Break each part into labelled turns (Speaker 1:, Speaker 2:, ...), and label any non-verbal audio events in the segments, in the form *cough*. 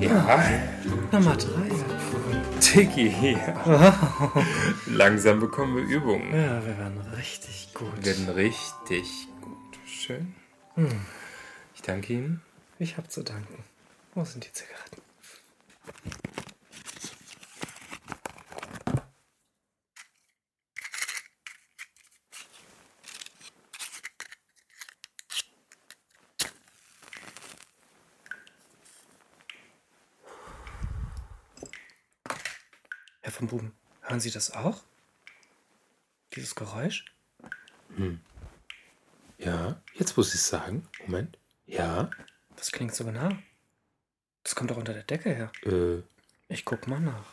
Speaker 1: Ja,
Speaker 2: Nummer drei.
Speaker 1: Tiki. Langsam bekommen wir Übungen.
Speaker 2: Ja, wir werden richtig gut.
Speaker 1: Wir werden richtig gut. Schön. Ich danke Ihnen.
Speaker 2: Ich hab zu danken. Wo sind die Zigaretten? Herr von Buben, hören Sie das auch? Dieses Geräusch?
Speaker 1: Ja, jetzt muss ich sagen. Moment. Ja,
Speaker 2: Das klingt so genau. Das kommt doch unter der Decke her.
Speaker 1: äh,
Speaker 2: Ich guck mal nach.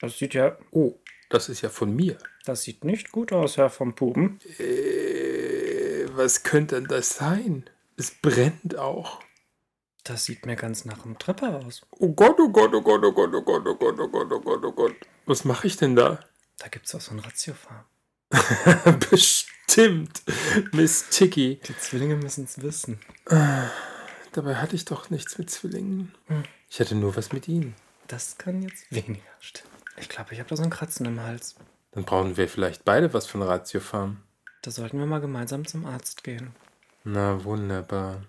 Speaker 2: Das sieht ja. Oh,
Speaker 1: das ist ja von mir.
Speaker 2: das sieht nicht gut aus, Herr vom Puben.
Speaker 1: Äh, was könnte denn das sein? Es brennt auch.
Speaker 2: Das sieht mir ganz nach einem Trepper aus.
Speaker 1: Oh Gott, oh Gott, oh Gott, oh Gott, oh Gott, oh Gott, oh Gott, oh Gott, oh Gott. Was mache ich denn da? *laughs*
Speaker 2: Da gibt's auch so einen Ratiofarm.
Speaker 1: Bestimmt. Miss Tiki.
Speaker 2: Die Zwillinge müssen's wissen.
Speaker 1: Dabei hatte ich doch nichts mit Zwillingen. Ich hatte nur was mit ihnen.
Speaker 2: Das kann jetzt weniger stimmen. Ich glaube, ich habe da so ein Kratzen im Hals.
Speaker 1: Dann brauchen wir vielleicht beide was von Ratiofarm.
Speaker 2: Da sollten wir mal gemeinsam zum Arzt gehen.
Speaker 1: Na, wunderbar.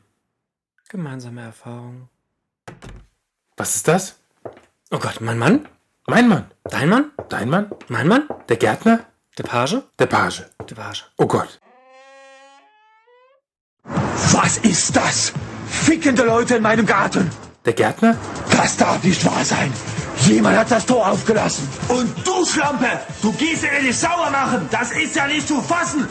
Speaker 2: Gemeinsame Erfahrung.
Speaker 1: Was ist das?
Speaker 2: Oh Gott, mein Mann?
Speaker 1: Mein Mann.
Speaker 2: Dein Mann?
Speaker 1: Dein Mann?
Speaker 2: Mein Mann?
Speaker 1: Der Gärtner?
Speaker 2: Der Page?
Speaker 1: Der Page.
Speaker 2: Der Page.
Speaker 1: Oh Gott.
Speaker 3: Was ist das? Fickende Leute in meinem Garten.
Speaker 1: Der Gärtner?
Speaker 3: Das darf nicht wahr sein. Jemand hat das Tor aufgelassen. Und du, Schlampe, du gehst ihn nicht sauer machen. Das ist ja nicht zu fassen.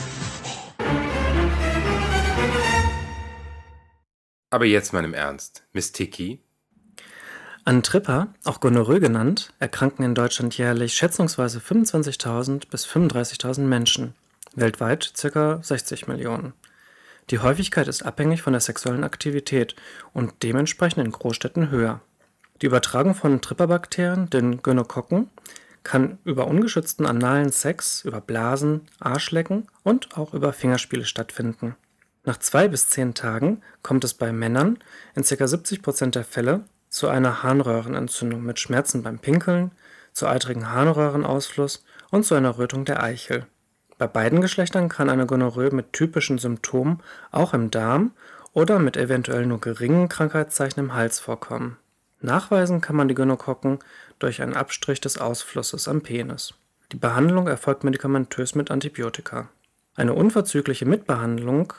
Speaker 1: Aber jetzt mal im Ernst. Miss Tiki?
Speaker 2: An Tripper, auch Gonorrhoe genannt, erkranken in Deutschland jährlich schätzungsweise 25.000 bis 35.000 Menschen, weltweit ca. 60 Millionen. Die Häufigkeit ist abhängig von der sexuellen Aktivität und dementsprechend in Großstädten höher. Die Übertragung von Tripperbakterien, den Gynokokken, kann über ungeschützten analen Sex, über Blasen, Arschlecken und auch über Fingerspiele stattfinden. Nach zwei bis zehn Tagen kommt es bei Männern in ca. 70% der Fälle zu einer Harnröhrenentzündung mit Schmerzen beim Pinkeln, zu eitrigen Harnröhrenausfluss und zu einer Rötung der Eichel. Bei beiden Geschlechtern kann eine Gonorrhoe mit typischen Symptomen auch im Darm oder mit eventuell nur geringen Krankheitszeichen im Hals vorkommen. Nachweisen kann man die Gonokokken durch einen Abstrich des Ausflusses am Penis. Die Behandlung erfolgt medikamentös mit Antibiotika. Eine unverzügliche Mitbehandlung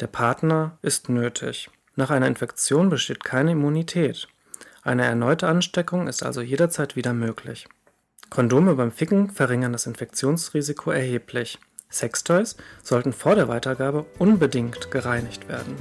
Speaker 2: der Partner ist nötig. Nach einer Infektion besteht keine Immunität. Eine erneute Ansteckung ist also jederzeit wieder möglich. Kondome beim Ficken verringern das Infektionsrisiko erheblich. Sextoys sollten vor der Weitergabe unbedingt gereinigt werden.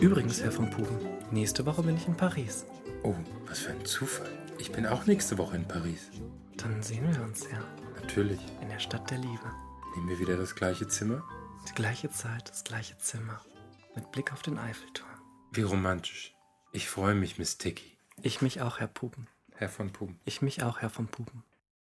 Speaker 2: Übrigens, Herr von Puben, nächste Woche bin ich in Paris.
Speaker 1: Oh, was für ein Zufall. Ich bin auch nächste Woche in Paris.
Speaker 2: Dann sehen wir uns ja
Speaker 1: Natürlich.
Speaker 2: in der Stadt der Liebe.
Speaker 1: Nehmen wir wieder das gleiche Zimmer?
Speaker 2: Die gleiche Zeit, das gleiche Zimmer. Mit Blick auf den Eiffelturm.
Speaker 1: Wie romantisch. Ich freue mich, Miss Tiki.
Speaker 2: Ich mich auch, Herr Puben.
Speaker 1: Herr von Pum.
Speaker 2: Ich mich auch, Herr von Puben.